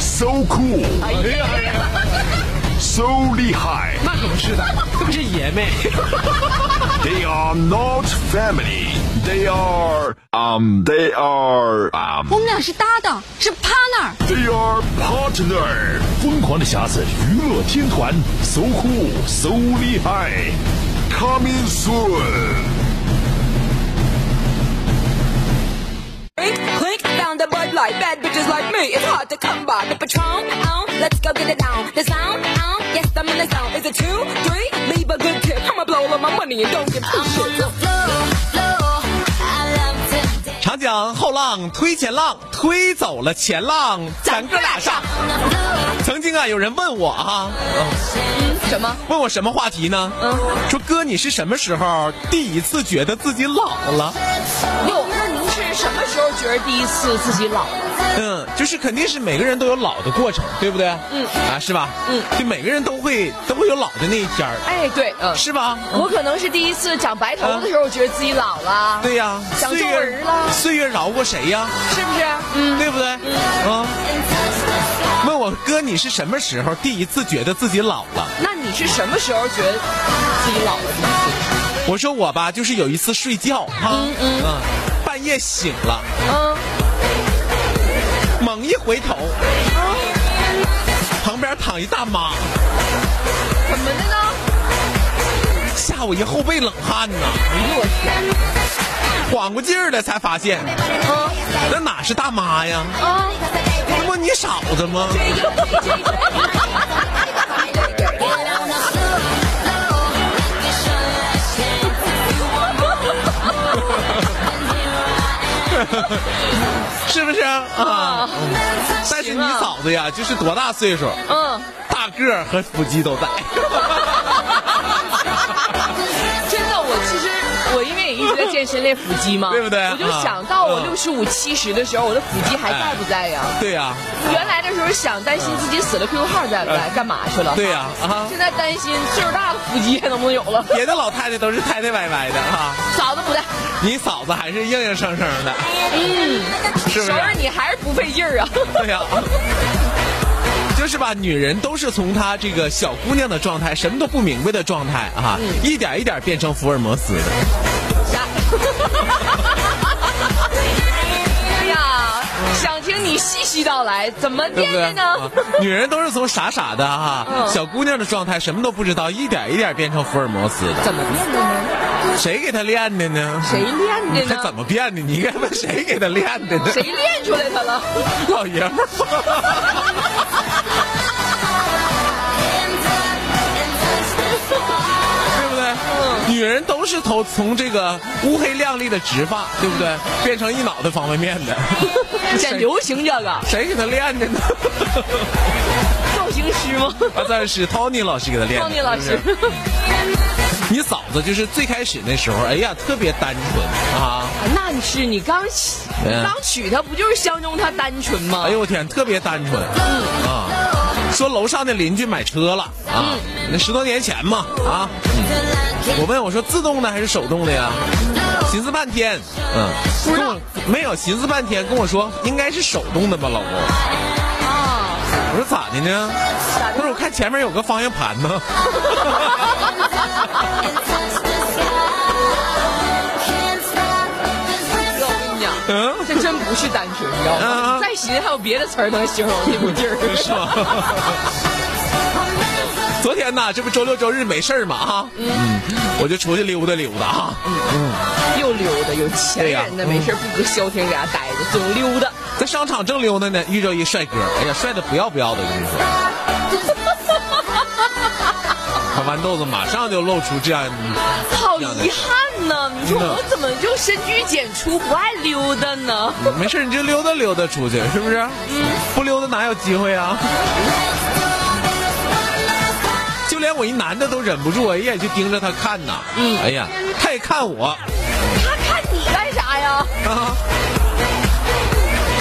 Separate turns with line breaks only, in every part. So cool, so 厉害.
那可不是的，这不是爷们。
They are not family. They are um. They are um.
我们俩是搭档，是 partner。
They are partner. 疯狂的匣子娱乐天团，so cool, so 厉害，coming soon.
Click, click, found a bud light. Bad bitches like me, it's hard to come by. The patron, oh, let's go get it down. The sound, oh, yes, I'm in the zone. Is it two, three? Leave a good tip. I'ma blow all my money and don't give two
Uh-huh.
shits.
长江后浪推前浪，推走了前浪，咱哥俩上。曾经啊，有人问我啊，
什么？
问我什么话题呢？说哥，你是什么时候第一次觉得自己老了？
哟，那您是什么时候觉得第一次自己老了？
嗯，就是肯定是每个人都有老的过程，对不对？嗯，啊，是吧？嗯，就每个人都会都会有老的那一天儿，
哎，对，
呃
嗯，
是吧？
我可能是第一次长白头的时候，我觉得自己老了，
对呀、
长
岁
皱
月
纹了，
岁月饶过谁呀、
是不是？嗯，
对不对？啊。问我哥，你是什么时候第一次觉得自己老了？
那你是什么时候觉得自己老了？
我说我吧，就是有一次睡觉哈，嗯半夜醒了，
嗯，
猛一回头，
嗯
旁边躺一大妈，
怎么的呢？
吓我一后背冷汗呐！
哎呦我天，
缓过劲儿来才发现，啊那哪是大妈呀？那不你嫂子吗？ 是不是啊？但是你嫂子呀，就是多大岁数，
嗯，
大个儿和腹肌都在。
真的，我其实我因为也一直在健身练腹肌嘛，
对不对
我就
啊
想到我
嗯
六十五、七十的时候，我的腹肌还在不在呀？
对呀、
原来的时候想担心自己死了 QQ 号在不在，干嘛去了？
啊对呀啊
现在担心岁数大了腹肌还能不能有了？
别的老太太都是太太歪歪的哈、
嫂子不在，
你嫂子还是硬硬生生 的，是不是
瞅着你还是不费劲儿啊。
对呀、就是吧，女人都是从她这个小姑娘的状态，什么都不明白的状态啊，
嗯
一点一点变成福尔摩斯的。
哎呀，想听你细细道来，怎么
对
变
不对？
的呢？
啊女人都是从傻傻的哈、
嗯
小姑娘的状态，什么都不知道，一点一点变成福尔摩斯的。
怎么变的呢？
谁给她练的呢？
谁练 的
她怎
呢？
么变的？你应该问谁给她练的呢？
谁练出来他 了？
老爷们儿。对不对？女人都是头从这个乌黑亮丽的直发，对不对？变成一脑袋方便面的，
现在流行这个
谁给她练 的呢？
造型 师吗？
啊，暂时 Tony 老师给她练的。
Tony 老
是
师
不是，你嫂子就是最开始那时候，哎呀，特别单纯啊，
那你是你刚起你
嗯
刚娶她，不就是相中她单纯吗？
哎呦我天，特别单纯啊。说楼上的邻居买车了啊，那十多年前嘛啊，我问我说自动的还是手动的呀？寻思半天，嗯，跟我没有寻思半天跟我说应该是手动的吧，老公。我说哦咋的呢？他说我看前面有个方向盘 呢。
我跟你讲，
嗯，
这真不是单纯，你知道吗
啊？
再寻思还有别的词儿能形容那股劲儿，
是吗？昨天呢，这不周六周日没事儿嘛啊，嗯，我就出去溜达溜达啊。
又溜达又钱
对呀嗯
人的，没事儿不搁消停家待着，总溜达。
在商场正溜达呢，遇着一帅哥，哎呀，帅的不要不要的，我跟你说。可豌豆子马上就露出这样
好遗憾呢！你
嗯
说我怎么就深居简出，不爱溜达呢？
没事，你就溜达溜达出去，是不是？不溜达哪有机会啊？就连我一男的都忍不住，哎呀，就盯着他看呐。嗯，哎呀，他也看我
他看你干啥呀？
啊，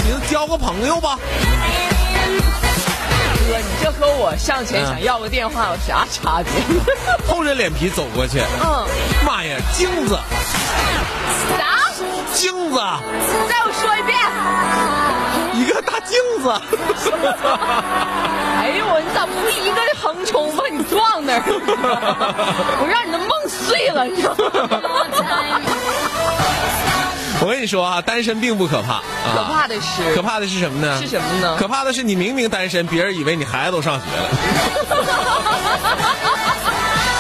行，交个朋友吧。
哥，呃你这和我上
嗯
前想要个电话有啥差别？
厚着脸皮走过去，
嗯，
妈呀，镜子，
啥？
镜子，
再给我说一遍！
一个大镜子。
哎呦我，你咋不一个横冲把你撞那儿？ 我让你的梦碎了，你知道吗？
我跟你说啊，单身并不可怕，
可
啊、
怕的是
可怕的是什么呢？
是什么呢
可怕的是你明明单身，别人以为你孩子都上学了，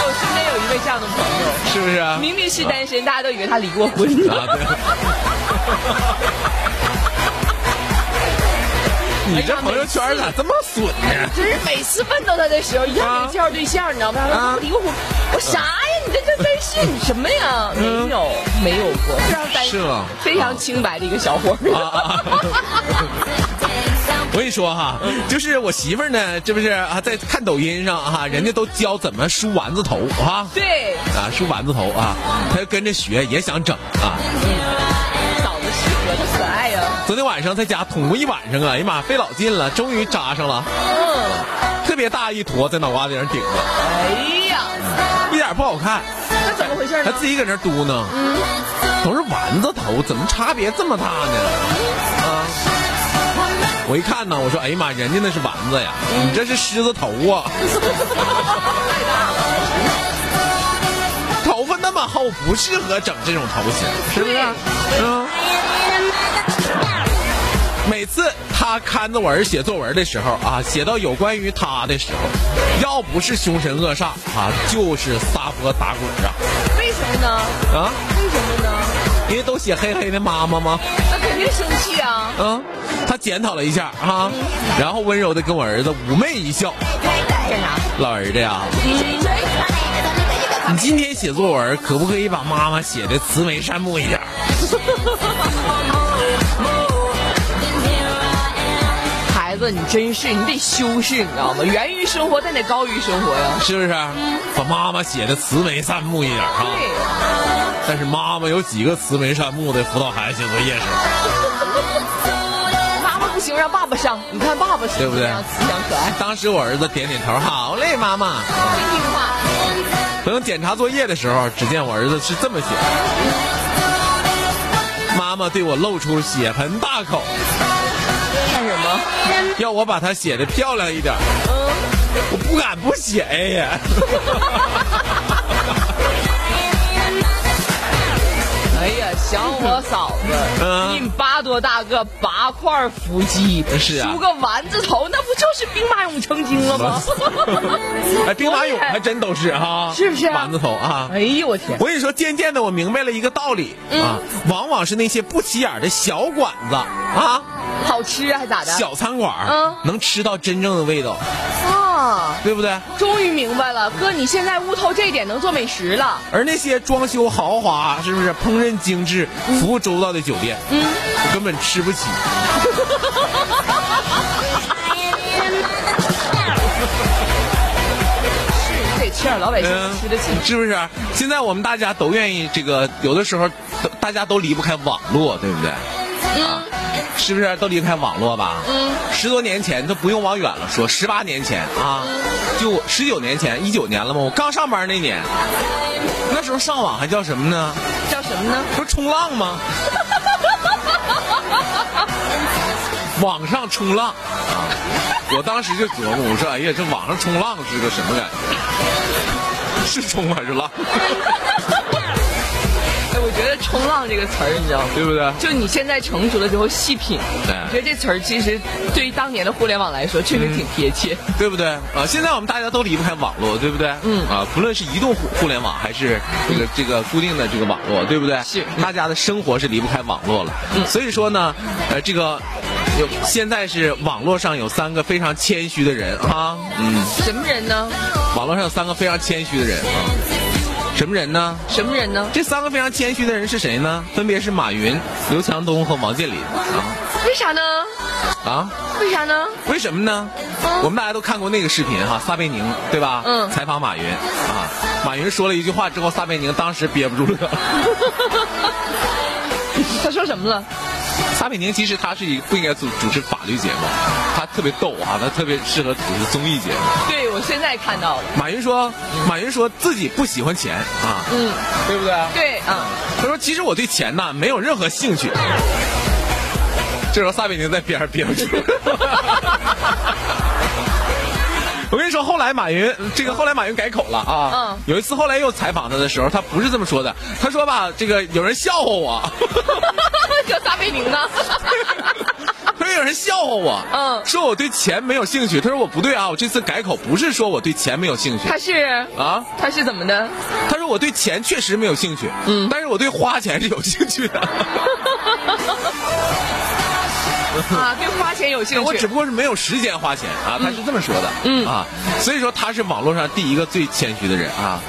我身边有一位这样的朋友，
是不是啊？
明明是单身，大家都以为他离过婚了。
啊，对。你这朋友圈咋这么损呢？
就是每次问到他的时候，一样
啊
没介绍对象，你知道吗？他
啊
说离过婚，我啥呀？你这这真是你什么呀？没
嗯
有，没有过，非常单
是
身
吗，
非常清白的一个小伙儿。
啊啊！我跟你说哈，
嗯
就是我媳妇儿呢，这不是啊，在看抖音上
嗯
啊，人家都教怎么梳丸子头啊，
对，
啊，梳丸子头啊，她就跟着学，也想整啊。
嫂子性格的可爱啊呀、
昨天晚上在家捅咕一晚上啊，哎呀妈，费老劲了，终于扎上了，
嗯，
特别大一坨在脑瓜顶上顶着，
哎呀，
一点不好看，
那怎么回事
还
呢？嗯
自己搁那儿嘟囔，都是丸子头，怎么差别这么大呢？啊！我一看呢，我说，哎呀妈，人家那是丸子呀，你这是狮子头啊！头发那么厚，不适合整这种头型，是不是？嗯。每次他看着我儿写作文的时候啊，写到有关于他的时候，要不是凶神恶煞啊，就是撒泼打滚啊
为什么呢？
啊！
为什么呢？
因为都写黑黑的妈妈吗？
那肯定生气啊！
啊，他检讨了一下啊，然后温柔的跟我儿子妩媚一笑，
干啥？
老儿子呀，你今天写作文可不可以把妈妈写的慈眉善目一点儿？
孩子，你真是你得修饰，你知道吗？源于生活，但得高于生活呀。
是不是？把妈妈写的慈眉善目一点儿啊？
对，
但是妈妈有几个慈眉善目的辅导孩子写作业时候？
妈妈不行，让爸爸上。你看爸爸是
对不对
怎么样慈祥可爱，
当时我儿子点点头，好嘞，妈妈。
真听话。
等检查作业的时候，只见我儿子是这么写的：妈妈对我露出血盆大口，
看什么？
要我把它写的漂亮一点儿。我不敢不写 呀。
哎呀，想我嫂子，
嗯
一米八多大个，八块腹肌，
是啊
梳个丸子头，那不就是兵马俑成精了吗？
哎，兵马俑还真都是哈，
是不是啊
丸子头啊？
哎呦我天！
我跟你说，渐渐的我明白了一个道理、
嗯
啊，往往是那些不起眼儿的小馆子啊、
好吃啊还咋的？
小餐馆儿，
嗯
能吃到真正的味道，
啊！
对不对？
终于明白了，哥，你现在悟透这一点，能做美食了。
而那些装修豪华，是不是烹饪精致、服务周到的酒店，嗯，我根本吃不起。
得吃点老百姓
嗯
吃得起。，
是不是？现在我们大家都愿意这个，有的时候都大家都离不开网络，对不对？啊，是不是都离不开网络吧？嗯，十多年前都不用往远了说，十八年前啊，就十九年前，一九年了吗？我刚上班那年，那时候上网还叫什么呢？
叫什么呢？
不是冲浪吗？网上冲浪啊！我当时就琢磨，我说：“哎呀，这网上冲浪是个什么感觉？是冲还是浪？
哎，我觉得“冲浪”这个词儿，你知道吗？
对不对？
就你现在成熟了之后细品，
对
我觉得这词儿其实对于当年的互联网来说，确实挺贴切。
对不对？啊，现在我们大家都离不开网络，对不对？
嗯
啊，不论是移动互互联网还是这个这个固定的这个网络，对不对？
是嗯
大家的生活是离不开网络了。所以说呢，呃，这个有现在是网络上有三个非常谦虚的人啊，嗯，
什么人呢？
网络上有三个非常谦虚的人啊，什么人呢？
什么人呢？
这三个非常谦虚的人是谁呢？分别是马云、刘强东和王健林
为啥呢？
啊。
为啥呢？
为什么呢？我们大家都看过那个视频哈，撒贝宁对吧？
嗯
采访马云啊，马云说了一句话之后，撒贝宁当时憋不住了。
他说什么了？
撒贝宁其实他是一个不应该主主持法律节目，他特别逗啊，他特别适合主持综艺节目。
对我现在看到了。
马云说，马云说自己不喜欢钱啊，
嗯，
对不对？
对啊，
他说其实我对钱呐没有任何兴趣。这时候撒贝宁在边上憋不住。 我跟你说，后来马云这个后来马云改口了啊。
嗯
有一次后来又采访他的时候，他不是这么说的，他说吧，这个有人笑话 我。
叫撒贝宁呢？
他说有人笑话我，
嗯
说我对钱没有兴趣。他说我不对啊，我这次改口不是说我对钱没有兴趣
他是
啊，
他是怎么 的？
他说我对钱确实没有兴趣，嗯，但是我对花钱是有兴趣的，
啊，对花钱有兴
哎我只
趣。
不过是没有时间花钱啊，他是这么说的，嗯啊，所以说他是网络上第一个最谦虚的人啊，